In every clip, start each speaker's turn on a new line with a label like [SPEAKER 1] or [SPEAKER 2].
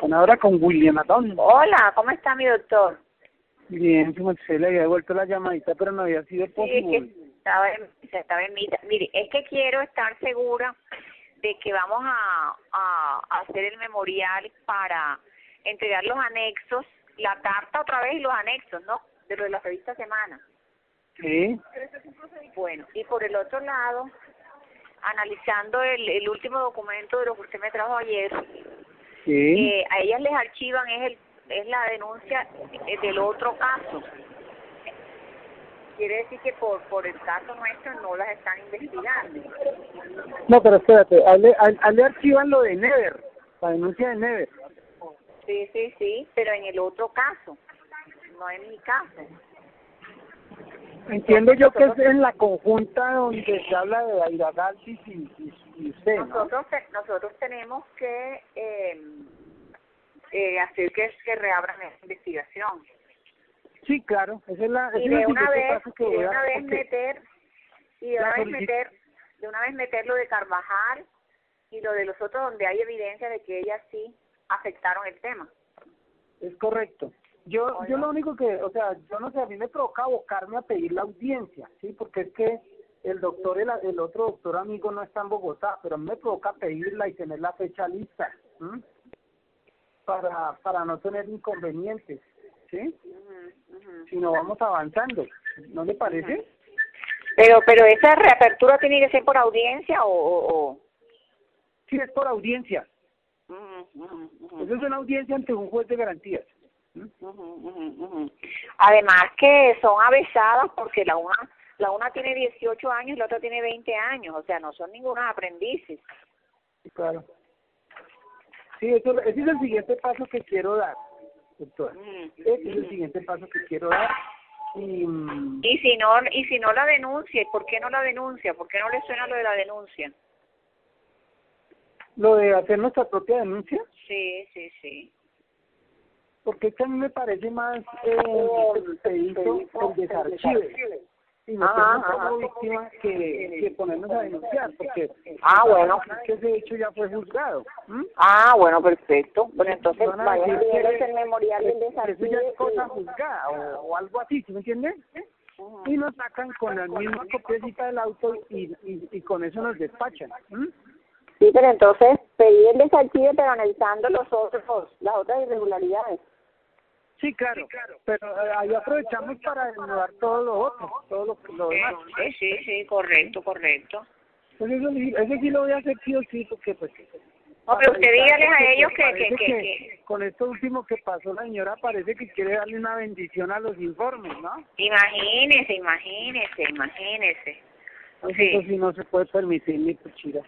[SPEAKER 1] Con ahora con William Adón.
[SPEAKER 2] Hola, ¿cómo está mi doctor?
[SPEAKER 1] Bien, su merced le había devuelto la llamadita, pero no había sido
[SPEAKER 2] Sí, es
[SPEAKER 1] posible.
[SPEAKER 2] que estaba en, estaba en mi- Mire, es que quiero estar segura de que vamos a, a, a hacer el memorial para entregar los anexos, la carta otra vez y los anexos, ¿no? De lo de la revista Semana.
[SPEAKER 1] Sí,
[SPEAKER 2] Bueno, y por el otro lado, analizando el, el último documento de lo que usted me trajo ayer,
[SPEAKER 1] sí.
[SPEAKER 2] eh, a ellas les archivan es el es la denuncia eh, del otro caso. Quiere decir que por por el caso nuestro no las están investigando.
[SPEAKER 1] No, pero espérate, hazle, haz- hazle archivan lo de Never, la denuncia de Never.
[SPEAKER 2] Sí, sí, sí, pero en el otro caso, no en mi caso.
[SPEAKER 1] Entiendo yo que es en la conjunta donde se habla de Airagaltis y, y, y usted, ¿no?
[SPEAKER 2] Nosotros te- nosotros tenemos que eh, eh, hacer que, que reabran esa investigación.
[SPEAKER 1] Sí, claro, esa es la... ese es
[SPEAKER 2] y
[SPEAKER 1] el
[SPEAKER 2] de una
[SPEAKER 1] siguiente
[SPEAKER 2] vez
[SPEAKER 1] paso que
[SPEAKER 2] y
[SPEAKER 1] voy
[SPEAKER 2] de
[SPEAKER 1] a-
[SPEAKER 2] una vez
[SPEAKER 1] porque-
[SPEAKER 2] meter y de
[SPEAKER 1] La
[SPEAKER 2] una vez
[SPEAKER 1] solici-
[SPEAKER 2] meter de una vez meter lo de Carvajal y lo de los otros donde hay evidencia de que ellas sí afectaron el tema
[SPEAKER 1] Es correcto. Yo, yo lo único que, o sea, yo no sé, a mí me provoca abocarme a pedir la audiencia, ¿sí? Porque es que el doctor, el, el otro doctor amigo no está en Bogotá, pero a mí me provoca pedirla y tener la fecha lista, ¿m? Para, para no tener inconvenientes, ¿sí? Si no vamos avanzando, ¿no le parece?
[SPEAKER 2] pero pero esa reapertura tiene que ser por audiencia o, o, o-
[SPEAKER 1] Sí, es por audiencia.
[SPEAKER 2] Ujú, ujú, ujú,
[SPEAKER 1] Eso es una audiencia ante un juez de garantías.
[SPEAKER 2] ujú, ujú, ujú. además que son avesadas porque la una la una tiene 18 años y la otra tiene 20 años o sea no son ninguna aprendices
[SPEAKER 1] Sí, Claro. Sí, eso, ese es el siguiente paso que quiero dar, doctora. Ese es el siguiente paso que quiero dar. Y, mm,
[SPEAKER 2] Y si no, y si no la denuncia, ¿y por qué no la denuncia? ¿Por qué no le suena lo de la denuncia?
[SPEAKER 1] lo de hacer nuestra propia denuncia,
[SPEAKER 2] Sí, sí, sí.
[SPEAKER 1] porque es que a mí me parece más eh, expedito el desarchive. Y
[SPEAKER 2] Ajá,
[SPEAKER 1] meternos
[SPEAKER 2] ajá.
[SPEAKER 1] como víctima que, que ponernos a denunciar, porque
[SPEAKER 2] Ah, bueno.
[SPEAKER 1] es que ese hecho ya fue juzgado. ¿m?
[SPEAKER 2] Ah, bueno, perfecto. Bueno, entonces
[SPEAKER 1] Van a
[SPEAKER 2] vayan
[SPEAKER 1] decir
[SPEAKER 2] haciendo
[SPEAKER 1] que-
[SPEAKER 2] ese memorial del
[SPEAKER 1] que Eso ya
[SPEAKER 2] desarchive.
[SPEAKER 1] es cosa juzgada o, o algo así, ¿sí me entiendes? Y nos sacan con la misma copiecita del auto y, y, y con eso nos despachan. ¿m?
[SPEAKER 2] Sí, pero entonces pedir el desarchive, pero analizando los otros, las otras irregularidades.
[SPEAKER 1] Sí, claro, pero eh, ahí aprovechamos para desnudar todo lo otro, todo lo, lo demás.
[SPEAKER 2] Sí, sí, sí, correcto, correcto.
[SPEAKER 1] Pues eso, sí- eso sí lo voy a hacer sí o sí, porque pues...
[SPEAKER 2] No, pero usted dígales a
[SPEAKER 1] porque
[SPEAKER 2] ellos que,
[SPEAKER 1] parece
[SPEAKER 2] que, que, que-
[SPEAKER 1] Con esto último que pasó la señora parece que quiere darle una bendición a los informes, ¿no?
[SPEAKER 2] imagínese, imagínese, imagínese.
[SPEAKER 1] Pues
[SPEAKER 2] Sí.
[SPEAKER 1] Eso sí no se puede permitir ni puchira.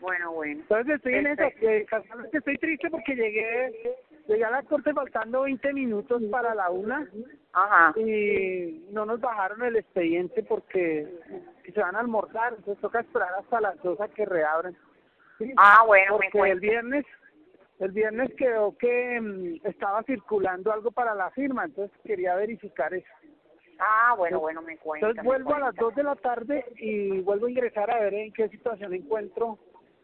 [SPEAKER 2] Bueno, bueno.
[SPEAKER 1] Entonces estoy en eso, eh,
[SPEAKER 2] Perfecto.
[SPEAKER 1] que casualmente estoy triste porque llegué, llegué a la corte faltando 20 minutos para la una
[SPEAKER 2] Ajá.
[SPEAKER 1] y no nos bajaron el expediente porque se van a almorzar, entonces toca esperar hasta las dos a que reabran. Sí,
[SPEAKER 2] Ah, bueno, me
[SPEAKER 1] porque el
[SPEAKER 2] cuenta.
[SPEAKER 1] viernes, el viernes quedó que mm, estaba circulando algo para la firma, entonces quería verificar eso.
[SPEAKER 2] Ah, bueno, bueno, me cuenta.
[SPEAKER 1] Entonces
[SPEAKER 2] me
[SPEAKER 1] vuelvo a las
[SPEAKER 2] cuenta.
[SPEAKER 1] dos de la tarde y vuelvo a ingresar a ver en qué situación encuentro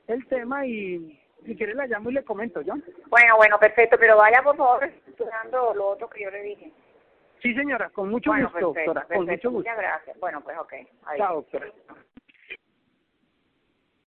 [SPEAKER 1] el tema y si quiere la llamo y le comento, ¿yo?
[SPEAKER 2] Bueno, bueno, perfecto, pero vaya por favor estudiando lo otro que yo le dije.
[SPEAKER 1] Sí, señora, con mucho
[SPEAKER 2] bueno,
[SPEAKER 1] gusto, doctora, con
[SPEAKER 2] perfecto,
[SPEAKER 1] mucho gusto.
[SPEAKER 2] Muchas gracias. Bueno, pues ok. Adiós.
[SPEAKER 1] Chao, doctora.